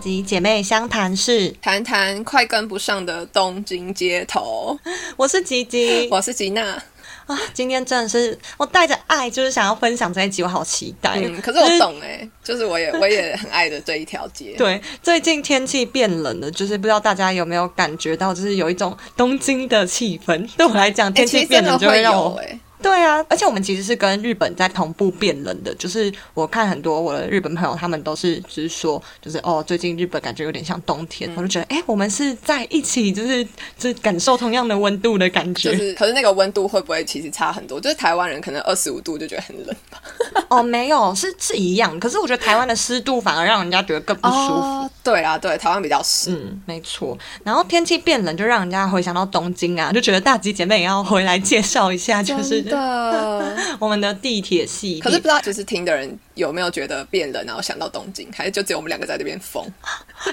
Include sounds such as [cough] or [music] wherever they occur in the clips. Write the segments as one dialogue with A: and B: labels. A: 集姐妹相谈室，
B: 谈谈快跟不上的东京街头。
A: 我是吉
B: [laughs]
A: 吉
B: 我是吉娜，
A: 啊！今天真的是我带着爱，就是想要分享这一集，我好期待。
B: 嗯，可是我
A: 就是
B: 懂哎、就是我也我也很爱的这一条街。
A: 对，最近天气变冷了，就是不知道大家有没有感觉到，就是有一种东京的气氛。
B: [laughs]
A: 对我来讲，
B: 哎、
A: 天
B: 其
A: 气
B: 实
A: 变
B: 真的
A: 冷就
B: 会
A: 让
B: 有
A: 我、
B: 哎、
A: 对啊，而且我们其实是跟日本在同步变冷的。就是我看很多我的日本朋友，他们都是就是说，就是哦，最近日本感觉有点像冬
B: 嗯
A: 天，我就觉得哎、诶我们是在一起，就是就是感受同样的温度的感觉。
B: 就是可是那个温度会不会其实差很多？就是台湾人可能二十五度就觉得很冷吧。
A: 哦，没有，是是一样。可是我觉得台湾的湿度反而让人家觉得更不舒服。
B: 哦，对啊，对，台湾比较湿。
A: 嗯，没错。然后天气变冷，就让人家回想到东京啊，就觉得大吉姐妹也要回来介绍一
B: [laughs]
A: 下，就是
B: 真的，
A: [laughs] 我们的地铁系列。
B: 可是不知道就是听的人有没有觉得变冷，然后想到东京，还是就只有我们两个在那边疯？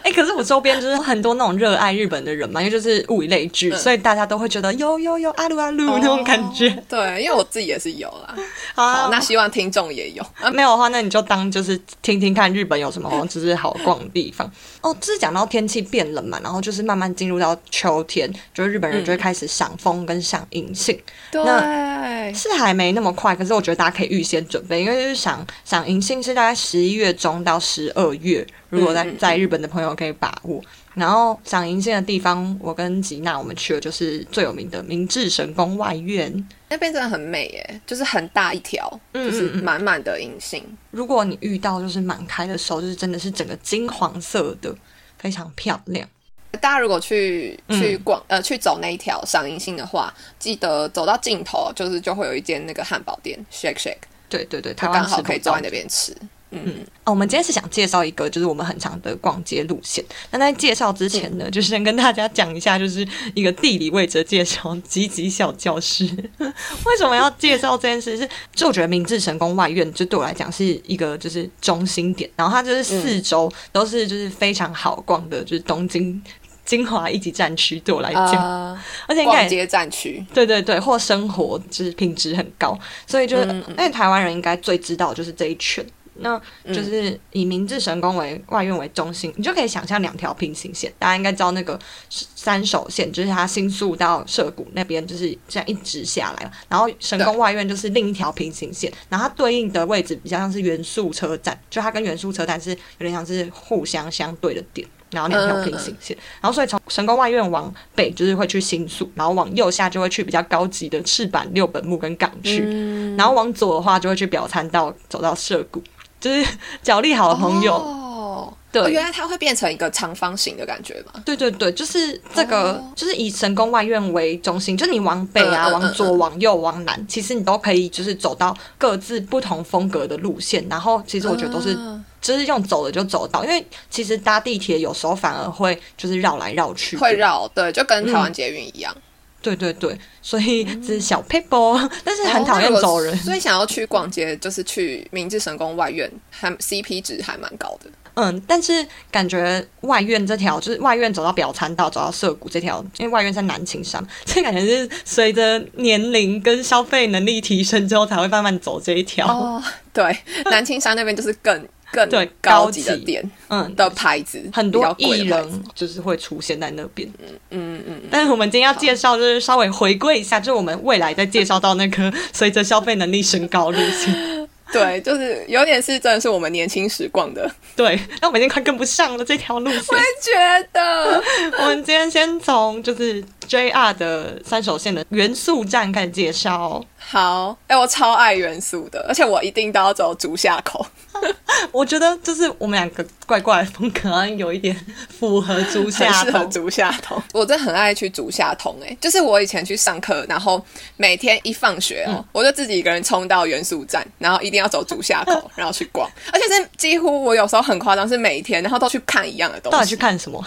A: 哎、可是我周边就是很多那种热爱日本的人嘛，因为就是物以类聚，
B: 嗯哦
A: 所以大家都会觉得有有有阿鲁阿鲁、那种感觉。
B: 对，因为我自己也是有啦。
A: 好啊
B: 好，那希望听众也有。啊
A: 没有的话，那你就当就是听听看日本有什 [laughs] 么就是好逛的地方。哦，就是讲到天气变冷嘛，然后就是慢慢进入到秋天，就是日本人就会开始赏枫跟赏银杏。
B: 对，
A: 是还没那么快，可是我觉得大家可以预先准备，因为就是想想银杏是大概十一月中到十二月，如果在
B: 嗯嗯嗯
A: 在日本的朋友可以把握。然后赏银杏的地方，我跟吉娜我们去的就是最有名的明治神宫外苑。
B: 那边真的很美耶，就是很大一条，
A: 嗯
B: 就是满满的银杏。
A: 如果你遇到就是满开的时候，就是真的是整个金黄色的，非常漂亮。
B: 大家如果去
A: 嗯
B: 去逛、呃去走那一条赏银杏的话，记得走到尽头，就是就会有一间那个汉堡店 Shake Shake，
A: 对对对，台
B: 就
A: 湾
B: 刚
A: 啊
B: 好
A: 吃不
B: 可以
A: 到
B: 坐在那边吃。嗯，
A: 哦，我们今天是想介绍一个，就是我们很常的逛街路线。那在介绍之前
B: 嗯
A: 呢，就是先跟大家讲一下，就是一个地理位置的介绍，吉吉小教室。 [laughs] 为什么要介绍这件事？是，就我觉得明治神宫外苑，就对我来讲是一个就是中心点，然后它就是四周
B: 嗯
A: 都是就是非常好逛的，就是东京精华一级战区，对我来讲，
B: 呃，
A: 而且哎应该
B: 逛
A: 也
B: 街战区，
A: 对对对，或生活就是品质很高，所以就是，
B: 嗯嗯
A: 因为台湾人应该最知道就是这一圈。那就是以明治神宫为外院为中心，你就可以想象两条平行线。大家应该知道那个三手线，就是它新宿到涉谷那边，就是这样一直下来嘛。然后神宫外院就是另一条平行线，然后它对应的位置比较像是元素车站，就它跟元素车站是有点像是互相相对的点，然后两条平行线。然后所以从神宫外院往北就是会去新宿，然后往右下就会去比较高级的赤坂、六本木跟港区，
B: 嗯
A: 然后往左的话就会去表参道，走到涉谷，就是脚力好的朋友。
B: 哦，
A: 对
B: 哦原来它会变成一个长方形的感觉嘛。
A: 对对对，就是这个，
B: 哦
A: 就是以神宫外院为中心，就是你往北啊、
B: 嗯嗯嗯
A: 往左、往右、往南，其实你都可以就是走到各自不同风格的路线，然后其实我觉得都是、
B: 啊
A: 就是用走的就走到，因为其实搭地铁有时候反而会就是绕来绕去，
B: 会绕，对，就跟台湾捷运一样，
A: 嗯对对
B: 嗯
A: 对，所以这是小 people，但是 [laughs] 很讨厌
B: 哦那如果
A: 走人。
B: 所以想要去逛街，就是去明治神宫外苑，还 CP 值还蛮高的。
A: 嗯，但是感觉外院这条就是外院走到表参道，走到涩谷这条，因为外院在南青山， [laughs] 这感觉是随着年龄跟消费能力提升之后才会慢慢走这一条。
B: 哦， [laughs] 对，南青山那边就是更更
A: 对
B: 高
A: 高
B: 级的
A: 级
B: 店
A: 嗯，
B: 的牌子，
A: 很
B: 比
A: 多
B: 较贵
A: 艺
B: 的牌子
A: 人就是会出现在那边。
B: 嗯嗯嗯，
A: 但是我们今天要介绍就是稍微回归一下，就是我们未来再介绍到那个随着消费能力升高路
B: [laughs]
A: 线。
B: 对，就是有点是真的是我们年轻时逛的，
A: 对，那我们已经快跟不上了这条路线。
B: [laughs] 觉得
A: [laughs] 我们今天先从就是 JR 的三手线的元素站开始介绍哦、
B: 好。哎、我超爱元素的，而且我一定都要走竹下口。
A: 我觉得就是我们两个怪怪的风格，好像有一点符合足
B: 很
A: 下
B: 适合
A: 头。
B: 竹下通。我真的很爱去竹下通、欸，就是我以前去上课，然后每天一放学哦、我就自己一个人冲到元素站，然后一定要走竹下 [laughs] 口，然后去逛，而且是几乎我有时候很夸张，是每天，然后都去看一样的东
A: 到底去
B: 西。
A: 看什么？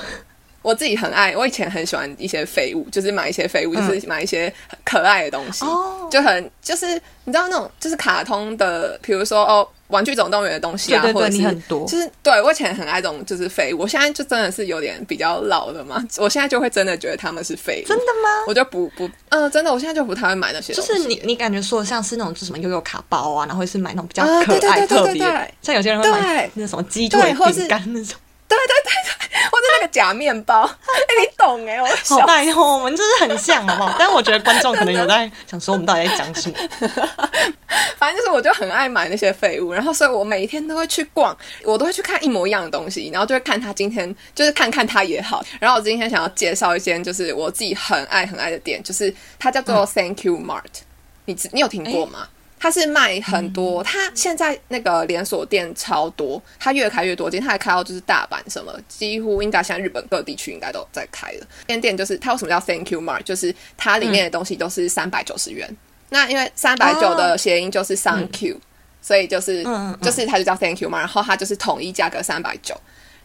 B: 我自己很爱，我以前很喜欢一些废物，就是买一些废物，就是买一些很可爱的东西，
A: 嗯哦
B: 就很就是你知道那种就是卡通的，比如说哦。玩具总动员的东西啊，
A: 对对对
B: 或者是
A: 你很多
B: 就是对我以前很爱这种就是废物，我现在就真的是有点比较老了嘛，我现在就会真的觉得他们是废物，
A: 真的吗？
B: 我就不不嗯、真的，我现在就不太会买那些
A: 就
B: 东西，
A: 是你，你感觉说的像是那种，就是什么悠悠卡包啊，然后是买那种比较
B: 啊
A: 可
B: 对对
A: 爱、
B: 对对
A: 特
B: 对
A: 别
B: 对，
A: 像有些人会买
B: 对
A: 那什么鸡腿
B: 对或是
A: 饼干那种。
B: 对对对对，假面包，哎、你懂哎、我
A: [laughs] 好
B: 小
A: 拜托，我们真的很像，好
B: [laughs]
A: 不好？但我觉得观众可能有在想说我们到底在讲什么。
B: 反正就是我就很爱买那些废物，然后所以我每一天都会去逛，我都会去看一模一样的东西，然后就会看他今天就是看看他也好。然后我今天想要介绍一间就是我自己很爱很爱的店，就是它叫做 Thank You Mart，、你知你有听过吗？它是卖很
A: 嗯
B: 多，它现在那个连锁店超多，它越开越多间，它还开到就是大阪什么，几乎应该现在日本各地区应该都有在开了。这间店就是它为什么叫 Thank You Mart，就是它里面
A: 嗯
B: 的东西都是三百九十元。那因为三百九的谐音就是 thank you，、所以就是、
A: 哦嗯嗯
B: 就是它就叫 thank you 嘛，然后它就是统一价格三百九。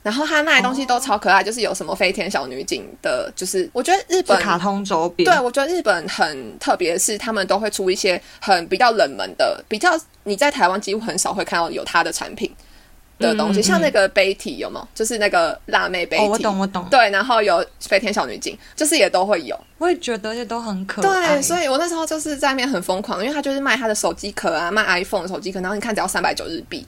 B: 然后它卖的东
A: 哦
B: 西都超可爱，就是有什么飞天小女警的，就是我觉得日
A: 是
B: 本
A: 卡通周边，
B: 对，我觉得日本很特别，是他们都会出一些很比较冷门的，比较你在台湾几乎很少会看到有它的产品的东
A: 嗯
B: 西，
A: 嗯
B: 像那个杯体有没有？就是那个辣妹杯体，
A: 哦，我懂，我懂，
B: 对，然后有飞天小女警，就是也都会有。
A: 我也觉得这都很可爱。
B: 对，所以我那时候就是在那边很疯狂，因为他就是卖他的手机壳啊，卖 iPhone 的手机壳，然后你看只要三百九日币，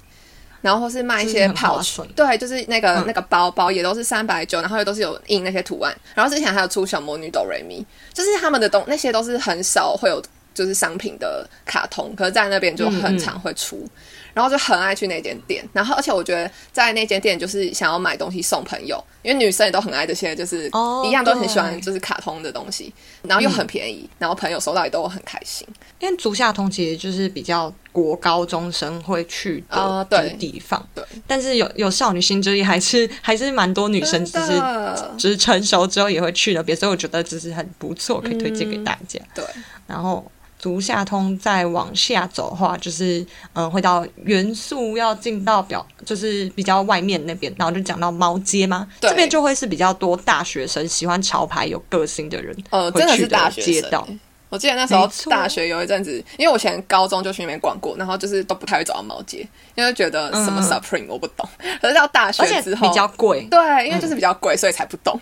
B: 然后或是卖一些
A: 真的很划
B: pouch，
A: 算
B: 对，就是那个、
A: 嗯
B: 那个包包也都是三百九，然后也都是有印那些图案，然后之前还有出小魔女哆瑞咪，就是他们的东那些都是很少会有就是商品的卡通，可是在那边
A: 嗯
B: 就很常会出。然后就很爱去那间店，然后而且我觉得在那间店就是想要买东西送朋友，因为女生也都很爱这些，就是
A: 哦
B: 一样都很喜欢
A: 对
B: 就是卡通的东西，然后又很便宜，然后朋友收到也都很开心。
A: 因为竹下通其实就是比较国高中生会去
B: 哦
A: 的
B: 对
A: 地方，
B: 对
A: 但是有有少女心之意，还是 [laughs] 还是蛮多女生只
B: 真
A: 是
B: 的
A: 只是成熟之后也会去的，别所以我觉得只是很不错，可以推荐给大家。
B: 对，
A: 然后足下通再往下走的话，就是嗯、呃会到元素要进到表，就是比较外面那边，然后就讲到猫街嘛，
B: 对
A: 这边就会是比较多大学生喜欢潮牌有个性的人
B: 呃，
A: 会
B: 真的
A: 去
B: 是大学
A: 街
B: 生
A: 道。
B: 欸我记得那时候
A: 没错
B: 大学有一阵子，因为我以前高中就去那边逛过，然后就是都不太会走到毛街，因为觉得什么
A: 嗯
B: Supreme 我不懂， [laughs] 可是到大
A: 而
B: 学
A: 且
B: 之后
A: 比较贵，
B: 对，因为就是比较贵，所以才不懂。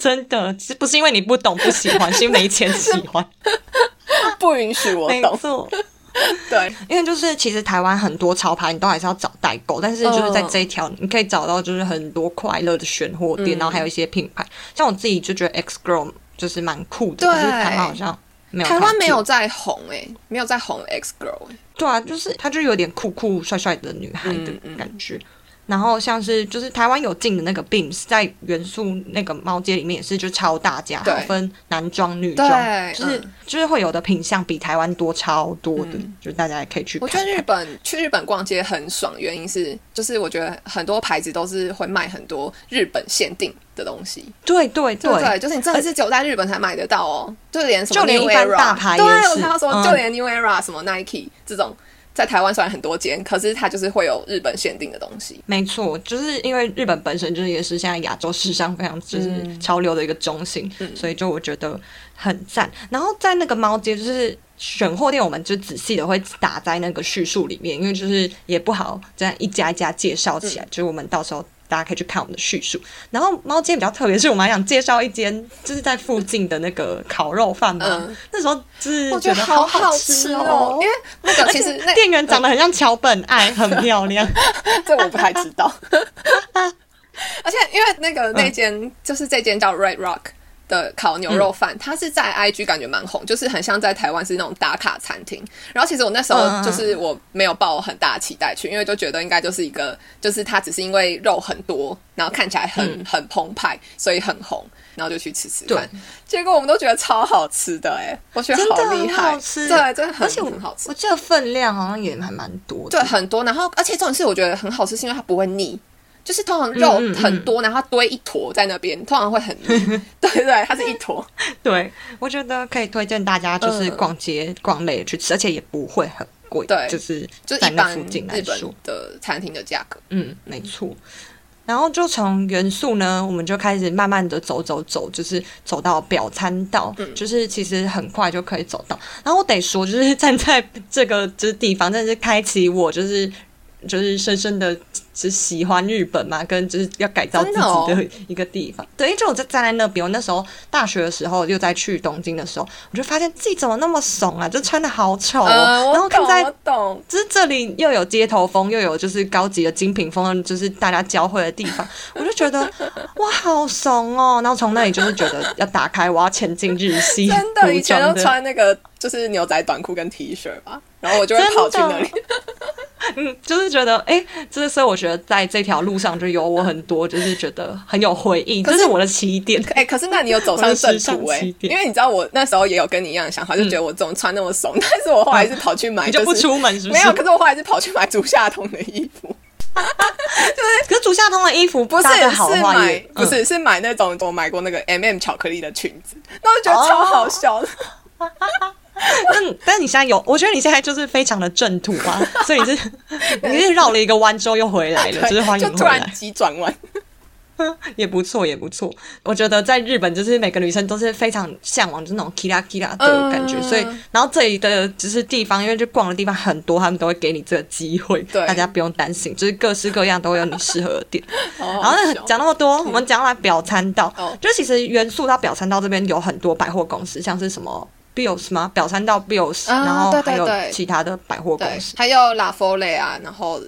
A: 真的是不是因为你不懂不喜欢，是因为没钱喜 [laughs] 欢。
B: 不允许我
A: 没
B: 懂，
A: 错，
B: 对，
A: 因为就是其实台湾很多潮牌你都还是要找代购，但是就是在
B: 嗯
A: 这一条你可以找到就是很多快乐的选货
B: 嗯
A: 店，然后还有一些品牌，像我自己就觉得 X Girl 就是蛮酷的，
B: 对
A: 可是台湾好像没有，
B: 台湾没有，在红哎、欸，没有在红 X Girl 哎、
A: 对啊，就是她就有点酷酷帅帅的女孩的
B: 嗯嗯
A: 感觉。然后像是就是台湾有进的那个 Beams，在元素那个猫街里面也是就超大家，
B: 对
A: 还有分男装女装，
B: 对
A: 就是、
B: 嗯
A: 就是会有的品相比台湾多超多的，就大家也可以去
B: 我
A: 看
B: 觉
A: 看。
B: 得日本去日本逛街很爽，原因是就是我觉得很多牌子都是会卖很多日本限定的东西，
A: 对对
B: 对不对，就是你真的是只有在日本才买得到哦，就连什么
A: 就连
B: New
A: 一般
B: Era，
A: 大牌也
B: 对
A: 是
B: 我刚刚说
A: 嗯
B: 就连 New Era 什么 Nike 这种。在台湾虽然很多间，可是它就是会有日本限定的东西。
A: 没错，就是因为日本本身就是也是现在亚洲时尚非常
B: 嗯
A: 就是潮流的一个中心，所以就我觉得很赞。然后在那个猫街就是。选货店，我们就仔细的会打在那个叙述里面，因为就是也不好这样一家一家介绍起
B: 嗯
A: 来，就是我们到时候大家可以去看我们的叙述。然后猫街比较特别，是我们还想介绍一间就是在附近的那个烤肉饭嘛，
B: 嗯
A: 那时候就是
B: 我觉得
A: 好
B: 好
A: 吃
B: 哦，因为那个其实那
A: 店员长得很像桥本爱，
B: [laughs]
A: 很漂亮。 [laughs]
B: 这我不太知道。 [laughs] 而且因为那个那间、就是这间叫 Red Rock 的烤牛肉
A: 嗯
B: 饭，它是在 IG 感觉蛮红，就是很像在台湾是那种打卡餐厅。然后其实我那时
A: 嗯嗯
B: 候
A: 嗯
B: 就是我没有抱很大的期待去，因为就觉得应该就是一个，就是它只是因为肉很多，然后看起来很、
A: 嗯
B: 很澎湃，所以很红。然后就去吃吃看，结果我们都觉得超好吃的哎、我觉得
A: 真的
B: 好
A: 很
B: 厉害，
A: 好吃
B: 对，真的很
A: 而且
B: 很 [laughs] 好吃
A: 我。记得分量好像也还蛮多的。
B: 对，啊很多。然后，而且重点是，我觉得很好吃，是因为它不会腻。就是通常肉
A: 嗯嗯嗯
B: 很多，然后它堆一坨在那边，通常会很腻。 [laughs] 对对，它是
A: [laughs]
B: 一坨。
A: 对，我觉得可以推荐大家就是
B: 嗯
A: 逛街、逛累了去吃，而且也不会很贵。
B: 对
A: 就是
B: 就是
A: 在
B: 一
A: 那
B: 般
A: 附近
B: 日
A: 来
B: 本
A: 说，
B: 的餐厅的价格。
A: 嗯，没错。然后就从元素呢，我们就开始慢慢的走走走，就是走到表参道，
B: 嗯
A: 就是其实很快就可以走到。然后我得说，就是站在这个就是地方，真的是开启我就是就是深深的只喜欢日本嘛，跟就是要改造自己
B: 真的哦
A: 的一个地方。对，就我在站在那边，我那时候大学的时候又在去东京的时候，我就发现自己怎么那么怂啊，就穿的好丑、哦，
B: 呃，
A: 然后
B: 我
A: 看
B: 懂，
A: 在
B: 我懂，
A: 就是这里又有街头风，又有就是高级的精品风，就是大家交汇的地
B: [laughs]
A: 方，我就觉得哇好怂哦。然后从那里就是觉得要打开，我要前进日系
B: [laughs] 真的，以前
A: 服装
B: 都
A: 的
B: 穿那个就是牛仔短裤跟 T 恤吧，然后我就会跑去那里。
A: [laughs] 嗯，就是觉得哎，就是所以我觉得在这条路上就有我很多，就是觉得很有回忆，这是我的起点。
B: 哎、可是那你有走上正途
A: 我的
B: 哎、
A: 时尚起点嗯
B: 因为你知道我那时候也有跟你一样的想法，就觉得我这种穿那么怂，但是我后来是跑去买、
A: 你
B: 就
A: 就是不出门是不
B: 没
A: 是？
B: 哎有，可是我后来是跑去买竹下通的衣服，
A: 可是竹下通的衣服
B: 不是
A: 搭得好的
B: 是
A: 话
B: 买
A: 也嗯
B: 不是、是买那种我买过那个 M、m 巧克力的裙子， [laughs] 那我就觉得超好笑的。
A: 哦但但你现在有，我觉得你现在就是非常的正途
B: [laughs]
A: 啊，所以你是你是绕了一个弯之后又回来了，就是欢
B: 就
A: 迎
B: 突
A: 回
B: 然
A: 来，
B: 急转弯，
A: 也不错也不错。我觉得在日本就是每个女生都是非常向往就是那种 kira kira 的感觉，
B: 嗯
A: 所以然后这里的就是地方，因为就逛的地方很多，他们都会给你这个机会，
B: 对
A: 大家不用担心，就是各式各样都会有你适合的
B: [laughs]
A: 点。
B: 然
A: 然后那讲那么多，我们讲来表参道，
B: 哦
A: 就其实元素到表参道这边有很多百货公司，像是什么 Bills 吗？表参道 Bills，、
B: 啊
A: 然后
B: 对对
A: 还有
B: 对
A: 其他的百货公
B: 对
A: 司。，
B: 还有 La f o l e 啊，然后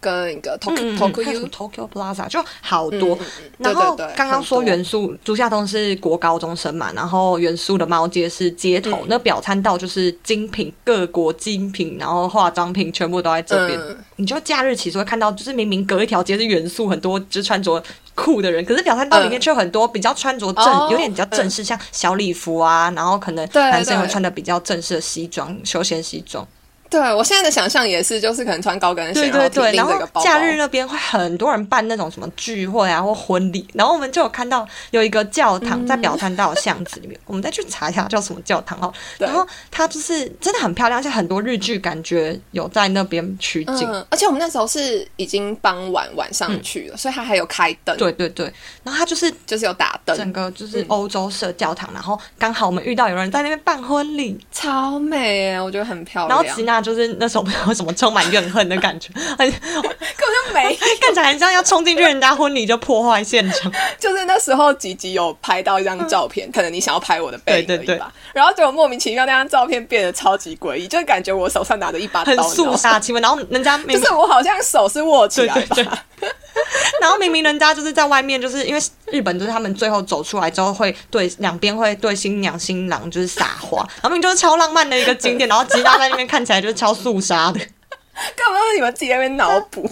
B: 跟一个嗯 Tokyo
A: 嗯还有什
B: Tokyo 嗯
A: 么 Tokyo Plaza 就好多，嗯然
B: 对
A: 后
B: 对对
A: 刚刚说
B: 很多
A: 元素竹下通是国高中生嘛，然后元素的猫街是街头，
B: 嗯
A: 那表参道就是精品，各国精品，然后化妆品全部都在这边。
B: 嗯
A: 你就假日其实会看到，就是明明隔一条街是元素，很多就是穿着酷的人，可是表参道里面
B: 嗯
A: 却有很多比较穿着正，
B: 哦
A: 有点比较正式，像小礼服啊，然后可能
B: 对
A: 男生会
B: 对
A: 穿的比较正式的西装、休闲西装。
B: 对我现在的想象也是，就是可能穿高跟
A: 对
B: 鞋，
A: 对对，
B: 然
A: 然
B: 后
A: 后
B: 拎着一个包包
A: 假日那边会很多人办那种什么聚会啊或婚礼，然后我们就有看到有一个教堂在表参道的巷子里面，我们再去查一下叫什么教堂哦。
B: 对
A: 然后它就是真的很漂亮，而且很多日剧感觉有在那边取景。
B: 嗯，而且我们那时候是已经傍晚晚上去了，所以它还有开灯，
A: 嗯对对对，然后它就是
B: 就是有打灯，
A: 整个就是欧洲式的教堂，然后刚好我们遇到有人在那边办婚礼，
B: 超美哎，我觉得很漂
A: 然
B: 亮。
A: 后吉娜就是那时候没有什么充满怨恨的感觉，很
B: [laughs] 根本就
A: [laughs]
B: 没，
A: 看起来很像要冲进去人家婚礼就破坏现场。
B: 就是那时候吉吉有拍到一张照片，可能你想要拍我的背影
A: 对对对
B: 而已吧，然后结果莫名其妙那张照片变得超级诡异，就感觉我手上拿着一把刀，
A: 很
B: 你知道
A: 肃
B: 吗
A: 杀气氛，然后人家明
B: 就
A: 明
B: 是我好像手是握起来吧，
A: 对对对 [laughs] 然后明明人家就是在外面，就是因为日本就是他们最后走出来之后会对两边会对新娘新郎就是撒花， [laughs] 然后明明就是超浪漫的一个景点，然后吉娜在那边看起来就是超肃杀
B: [laughs]
A: 的，
B: [laughs] 根本就是你们自己在那边脑补，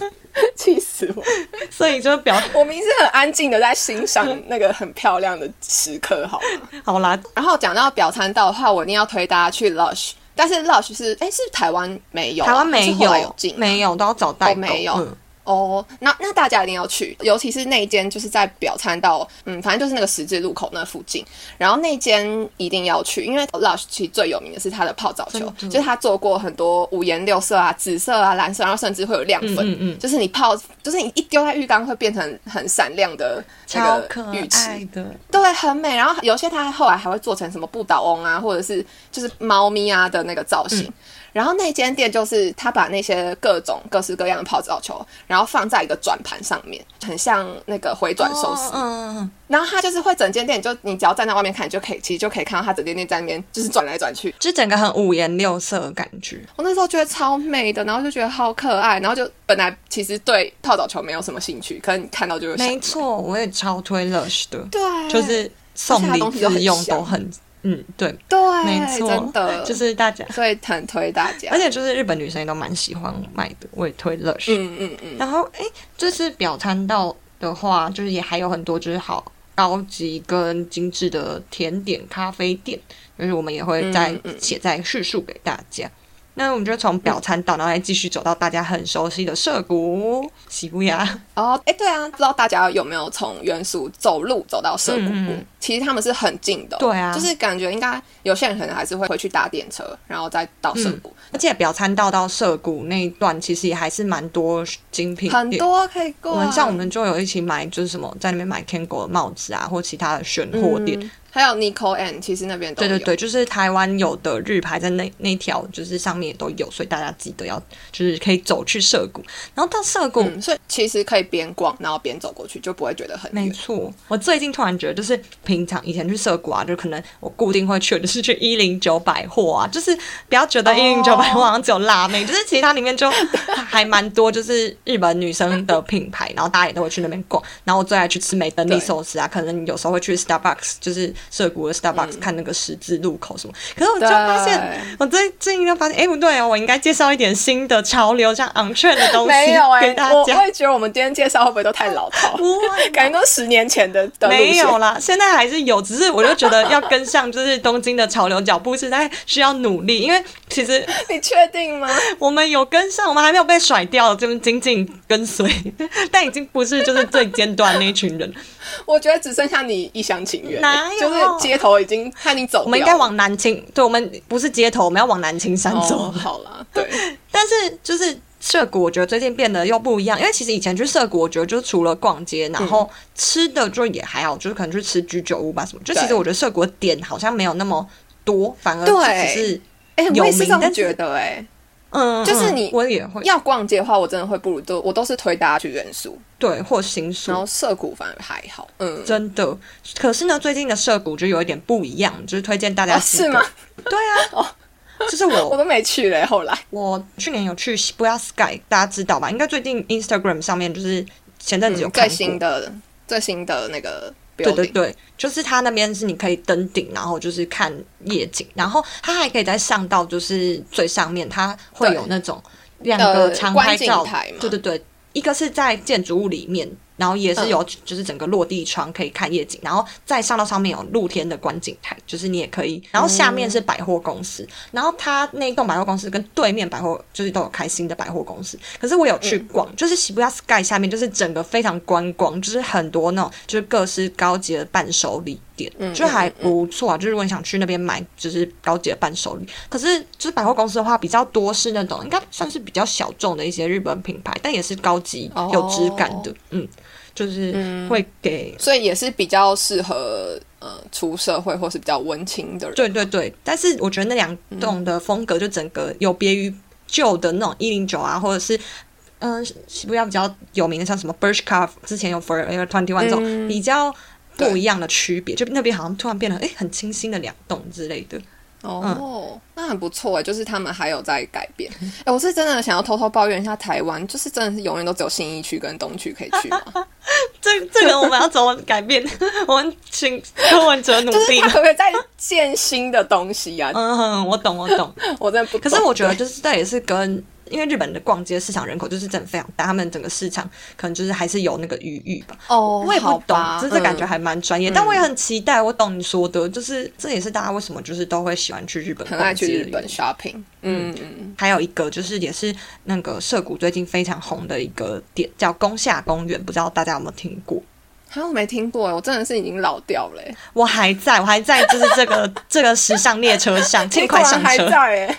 B: 气死我！
A: 所以就是表
B: 我明明是很安静的在欣赏那个很漂亮的时刻，好吗？
A: 好啦，
B: [laughs] 然后讲到表参道的话，我一定要推大家去 Lush，但是 Lush 是哎是台湾没有啊、
A: 台湾没
B: 是后来有
A: 有
B: 进啊
A: 没有都要找代
B: 哦
A: 购，
B: 没有
A: 嗯
B: 哦，那那大家一定要去，尤其是那一间就是在表参道，嗯，反正就是那个十字路口那附近，然后那间一定要去，因为 Lush 其实最有名的是它的泡澡球，
A: 真的
B: 就是它做过很多五颜六色啊、紫色啊、蓝色，然后甚至会有亮粉，
A: 嗯嗯嗯
B: 就是你泡，就是你一丢在浴缸会变成很闪亮的那
A: 超
B: 个
A: 可
B: 浴池，
A: 爱的，
B: 对，很美。然后有些它后来还会做成什么不倒翁啊，或者是就是猫咪啊的那个造
A: 嗯
B: 型。然后那间店就是他把那些各种各式各样的泡澡球，然后放在一个转盘上面，很像那个回转寿司。
A: 哦嗯，嗯嗯
B: 然后它就是会整间店，就你只要站在外面看，你就可以其实就可以看到它整间店在那边就是转来转去。
A: 就是整个很五颜六色的感觉，
B: 我那时候觉得超美的，然后就觉得好可爱，然后就本来其实对泡澡球没有什么兴趣，可是你看到就会想
A: 没错，我也超推 Lush 的，
B: 对，
A: 就是送
B: 而且它
A: 礼
B: 东西都很
A: 自用都
B: 香
A: 很，嗯，对，
B: 对，
A: 没错，
B: 真的
A: 就是大家。
B: 所以很推大家
A: 而。且就是日本女生也都蛮喜欢买的，我也推 Lush。
B: 嗯嗯嗯，
A: 然后哎，就是表参道的话，就是也还有很多就是好高级跟精致的甜点咖啡店，就是我们也会再
B: 嗯嗯
A: 写在叙述给大家。那我们就从表参道，然后再继续走到大家很熟悉的涩谷、喜布亚。
B: 哦，哎，对啊，不知道大家有没有从原宿走路走到涩谷
A: 嗯
B: 步
A: 嗯？
B: 其实他们是很近的哦，
A: 对啊
B: 就是感觉应该有些人可能还是会回去搭电车，然后再到涩谷，
A: [laughs] 而且表参道到涩谷那一段，其实也还是蛮多精品
B: 很
A: 店。
B: 多可以逛。啊
A: 我们像我们就有一起买，就是什么在那边买 Kango 啊的帽子啊，或其他的选货店，
B: 嗯还有 Nico N，其实那边都
A: 对
B: 有。
A: 对对，就是台湾有的日牌在那那条就是上面也都有，所以大家记得要就是可以走去涩谷，然后到涩谷。
B: 嗯，所以其实可以边逛，然后边走过去，就不会觉得很
A: 没
B: 远。
A: 错，我最近突然觉得，就是平常以前去涩谷啊，就可能我固定会去，的就是去一零九百货啊，就是不要觉得
B: 哦
A: 一零九百货好像只有辣妹， [laughs] 就是其实它里面就还蛮多就是日本女生的品牌，然后大家也都会去那边逛。然后我最爱去吃美登利
B: 对
A: 寿司啊，可能有时候会去 Starbucks，就是涩谷的 Starbucks、看那个十字路口什么。可是我就发现，
B: 嗯对
A: 我最近就发现，哎、不对哦，我应该介绍一点新的潮流，像 on trend 的东西
B: [laughs] 没有哎、
A: 给大
B: 我我
A: 家。
B: 会觉得我们今天介绍会不会都太老套？
A: [laughs] 不会
B: 感觉都十年前的的路线
A: 没有啦，现在还是有，只是我就觉得要跟上就是东京的潮流脚步，实在需要努力，因为其实
B: 你确定吗？
A: 我们有跟上，我们还没有被甩掉，就是紧紧跟随， [laughs] 但已经不是就是最尖端那一群人，
B: 我觉得只剩下你一厢情愿、欸
A: 哪有
B: 就是街头已经和你走掉了。
A: 我们应该往南青，对，我们不是街头，我们要往南青山走。
B: 哦，好啦，对，
A: 但是就是涩谷，我觉得最近变得又不一样，因为其实以前去涩谷，我觉得就是除了逛街，然后
B: 嗯
A: 吃的就也还好，就是可能去吃居酒屋吧什么。就其实
B: 对
A: 我觉得涩谷的点好像没有那么多，反而
B: 对
A: 只是
B: 哎、
A: [laughs] 有
B: 我也是
A: 名
B: 这么
A: 但是
B: 觉得哎、
A: 嗯，
B: 就是
A: 嗯
B: 你
A: 我也会
B: 要逛街的话，我真的会不如都我都是推大家去元素，
A: 对或新宿
B: 然。后涩谷反而还好。嗯，
A: 真的，可是呢，最近的涩谷就有一点不一样，就是推荐大家
B: 哦
A: 几个、
B: 是吗？
A: [laughs]
B: 哦
A: 对啊，就是我
B: 我都没去嘞、后来
A: 我去年有去西布亚 Sky，大家知道吧？应该最近 Instagram 上面就是前阵子有看
B: 嗯最
A: 过、
B: 新的最新的那个 building，
A: 对对对，就是它那边是你可以登顶，然后就是看夜景，然后它还可以再上到就是最上面，它会有
B: 对
A: 那种两个
B: 呃
A: 长
B: 观
A: 拍
B: 景
A: 照
B: 台嘛，
A: 对对对，一个是在建筑物里面，然后也是有就是整个落地窗可以看夜景，然后再上到上面有露天的观景台，就是你也可以，然后下面是百货公司，然后它那栋百货公司跟对面百货就是都有开新的百货公司，可是我有去逛，就是喜布亚 Sky 下面就是整个非常观光，就是很多那种就是各式高级的伴手礼店，
B: 嗯
A: 就还不错啊。就是如果你想去那边买就是高级的伴手礼，可是就是百货公司的话比较多是那种应该算是比较小众的一些日本品牌，但也是高级
B: 哦嗯
A: 有质感的，嗯，就是会给。
B: 所以也是比较适合呃出社会或是比较文青的人。
A: 对对对，但是我觉得那两
B: 嗯
A: 栋的风格就整个有别于旧的那种一零九啊，或者是嗯，西部亚比较有名的，像什么 Bershka，之前有 Forever Twenty One 这种、
B: 嗯
A: 比较不一样的区别，就那边好像突然变得哎、诶很清新的两栋之类的。
B: 哦，那很不错哎，就是他们还有在改变。 [laughs] 哎，我是真的想要偷偷抱怨一下台湾，就是真的是永远都只有新一区跟东区可以
A: [laughs]
B: 去嘛，
A: 这这个我们要怎么改变？ [laughs] 我们请柯文哲努
B: 就是
A: 力
B: 他
A: 吧。
B: 可不可以再建新的东
A: [laughs]
B: 西呀、
A: 嗯哼，我懂，我
B: [laughs]
A: 懂。
B: 我真的不
A: 可
B: 懂。
A: 是我觉得，就是这也是跟因为日本的逛街市场人口就是真的非常大，他们整个市场可能就是还是有那个余裕吧。
B: 哦，
A: 我也不
B: 好
A: 懂
B: 吧，
A: 就是这感觉
B: 嗯
A: 还蛮专业，但我也很期待。我懂你说的，就是这也是大家为什么就是都会喜欢去日本
B: 很
A: 逛街，
B: 爱去日本。shopping。嗯嗯，
A: 还有一个就是也是那个涩谷最近非常红的一个点，叫宫下公园，不知道大家有没有听过？
B: 好、像我没听过哎，我真的是已经老掉了哎，
A: 我还在，我还在，就是这个这个时尚列车上，请
B: [laughs] 你
A: 快
B: 果
A: 上
B: 然还
A: 车。
B: 在
A: [laughs]
B: 哎，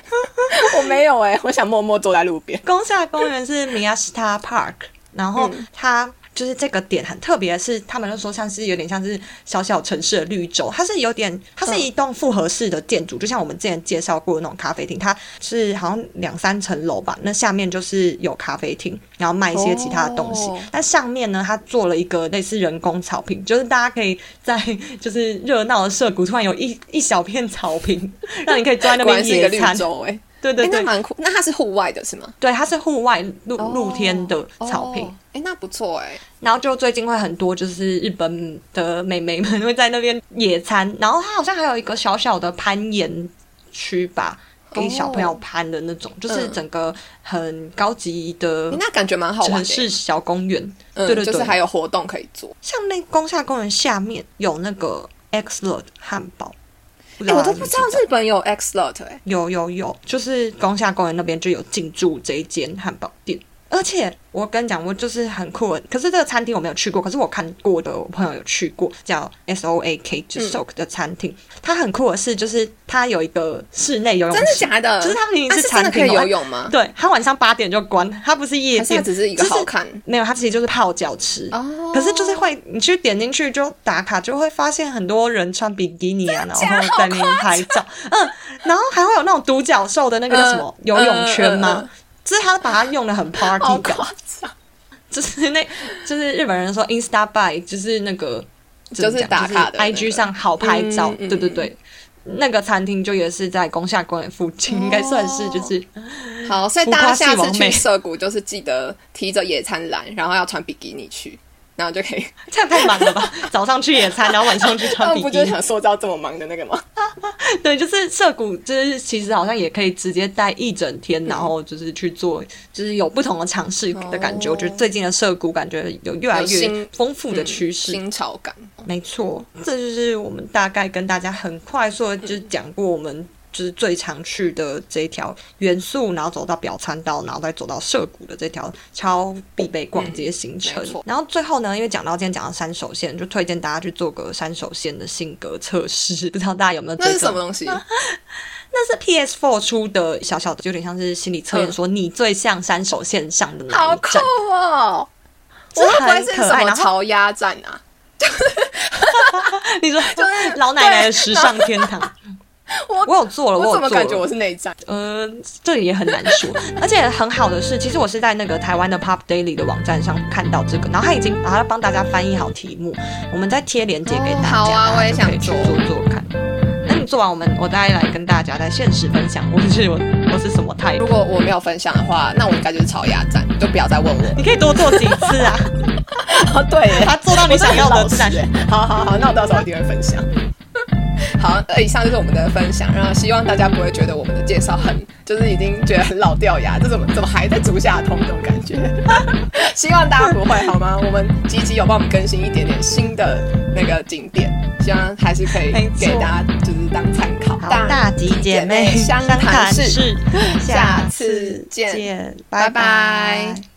B: 我没有哎，我想默默坐在路边。
A: 宫下公园是 Miyashita Park，然后
B: 嗯
A: 它就是这个点很特别，是他们就说像是有点像是小小城市的绿洲，它是有点，它是一栋复合式的建
B: 嗯
A: 筑，就像我们之前介绍过的那种咖啡厅，它是好像两三层楼吧，那下面就是有咖啡厅，然后卖一些其他的东西
B: 哦，
A: 那上面呢，它做了一个类似人工草坪，就是大家可以在就是热闹的社谷突然有一一小片草
B: [laughs]
A: 坪，让你可以坐在那
B: 果然
A: 边
B: 是一个
A: 野
B: 绿
A: 餐，
B: 洲哎，
A: 对
B: 哎
A: 对
B: 那
A: 对。
B: 蛮酷。那它是户外的是吗？
A: 对，它是户外露
B: 哦
A: 露天的草坪，
B: 哦哎、那不错哎、
A: 然后就最近会很多就是日本的美眉们会在那边野餐，然后它好像还有一个小小的攀岩区吧。给小朋友攀的那种就是整个很高级的
B: 诶嗯欸那感觉蛮好
A: 城
B: 玩的欸、
A: 嗯市小公园，
B: 嗯，
A: 对对对，
B: 就是还有活动可以做。
A: 像那宫下公园下面有那个 X l o t 汉堡，不
B: 哎、我都
A: 大家
B: 不知
A: 知
B: 道日本有 X Lot 哎、
A: 有有有，就是宫下公园那边就有进驻这一间汉堡店，而且我跟你讲，我就是很酷的。可是这个餐厅我没有去过，可是我看过的，我朋友有去过，叫 S O A K
B: 嗯
A: 就是 Soak 的餐厅。它很酷的是，就是它有一个室内游泳
B: 真
A: 池，
B: 的假的？
A: 哦就是它明明
B: 啊
A: 是
B: 是真
A: 餐
B: 的可
A: 厅
B: 以
A: 哦，
B: 游泳吗？
A: [laughs] 对，它晚上八点就关，它不是夜
B: 还是它
A: 店，
B: 只是一个
A: 就是
B: 好看？
A: 没有，它其实就是泡脚池。
B: 哦
A: 可是就是会，你去点进去就打卡，就会发现很多人穿比基尼啊，然
B: 假
A: 后在那边拍照，嗯，然后还会有那种独角兽的那个叫什么、
B: 嗯
A: 游泳圈吗？
B: 嗯嗯嗯
A: 就是他把它用的很
B: 好
A: party 感，
B: 夸张，
A: 就是那，就是日本人说 Insta by，就是那个，怎么
B: 就是
A: 讲
B: 打卡的那个
A: IG 上好拍照，
B: 嗯嗯
A: 对对对。那个餐厅就也是在宫下公园附近，
B: 哦
A: 应该算是就是
B: 好，所以大家下
A: 浮夸系
B: 次
A: 王
B: 去
A: 妹
B: 涩谷就是记得提着野餐篮，然后要穿比基尼去，然后就
A: [laughs]
B: 可以。
A: 这样太忙了
B: [laughs]
A: 吧？早上去野餐，然后晚上去
B: 他
A: 穿
B: 们
A: 比
B: 哦不
A: 基
B: 就是
A: 尼，
B: 想塑造这么忙的那个吗？
A: 对，就是涩谷，就是其实好像也可以直接待一整
B: 嗯
A: 天，然后就是去做，就是有不同的尝试的感觉。
B: 哦
A: 我觉得最近的涩谷感觉有越来
B: 有
A: 越
B: 新嗯
A: 丰富的趋势，哦
B: 新潮感。
A: 没错，这就是我们大概跟大家很快速的就是讲过我们就是最常去的这一条元素，然后走到表参道，然后再走到涩谷的这条超必备逛街行程。
B: 嗯没错
A: 然后最后呢，因为讲到今天讲到山手线，就推荐大家去做个山手线的性格测试，不知道大家有没有追
B: 那
A: 踪？
B: 是什么东西？
A: 啊那是 PS4 出的小小的，有点像是心理测验，
B: 嗯
A: 说你最像山手线上的哪
B: 好
A: 一
B: 酷
A: 站？
B: 哦！
A: 这
B: 嗯我会不会
A: 很
B: 是
A: 可
B: 什
A: 爱
B: 么
A: 然后
B: 潮鸭站啊？
A: [laughs] 你说就是老奶奶的时尚天堂。
B: [laughs] 我
A: 哦我有做了，有
B: 我
A: 做
B: 怎么感觉
A: 了
B: 我是内战？
A: 呃，这里也很难
B: [laughs]
A: 说。而且很好的是，其实我是在那个台湾的 Pop Daily 的网站上看到这个，然后他已经把它帮大家翻译好题目，我们再贴链接给大家，
B: 哦好啊
A: 大家
B: 我也
A: 就
B: 想
A: 可以去
B: 做
A: 做做看。那你做完，我们我再来跟大家在现实分享，我是我我是什么态度
B: 如，果我没有分享的话，那我应该就是潮鸭站，就不要再问我。
A: 你可以多做几次
B: [laughs]
A: 啊，
B: 哦， [laughs] 对耶，
A: 把它做到你想要的站。
B: [laughs] 好好好，那我到时候一定会分
A: [laughs]
B: 享。好，那以上就是我们的分享，然后希望大家不会觉得我们的介绍很，就是已经觉得很老掉牙，这怎么怎么还在足下通这种感觉？ [laughs] 希望大家不会好吗？我们积极有帮我们更新一点点新的那个景点，希望还是可以
A: 没错
B: 给大家就是当参考。
A: 好，大吉姐妹
B: 相
A: 谈
B: 事，
A: 事，
B: 下
A: 下
B: 次
A: 次
B: 见
A: 见，
B: 拜
A: 拜拜
B: 拜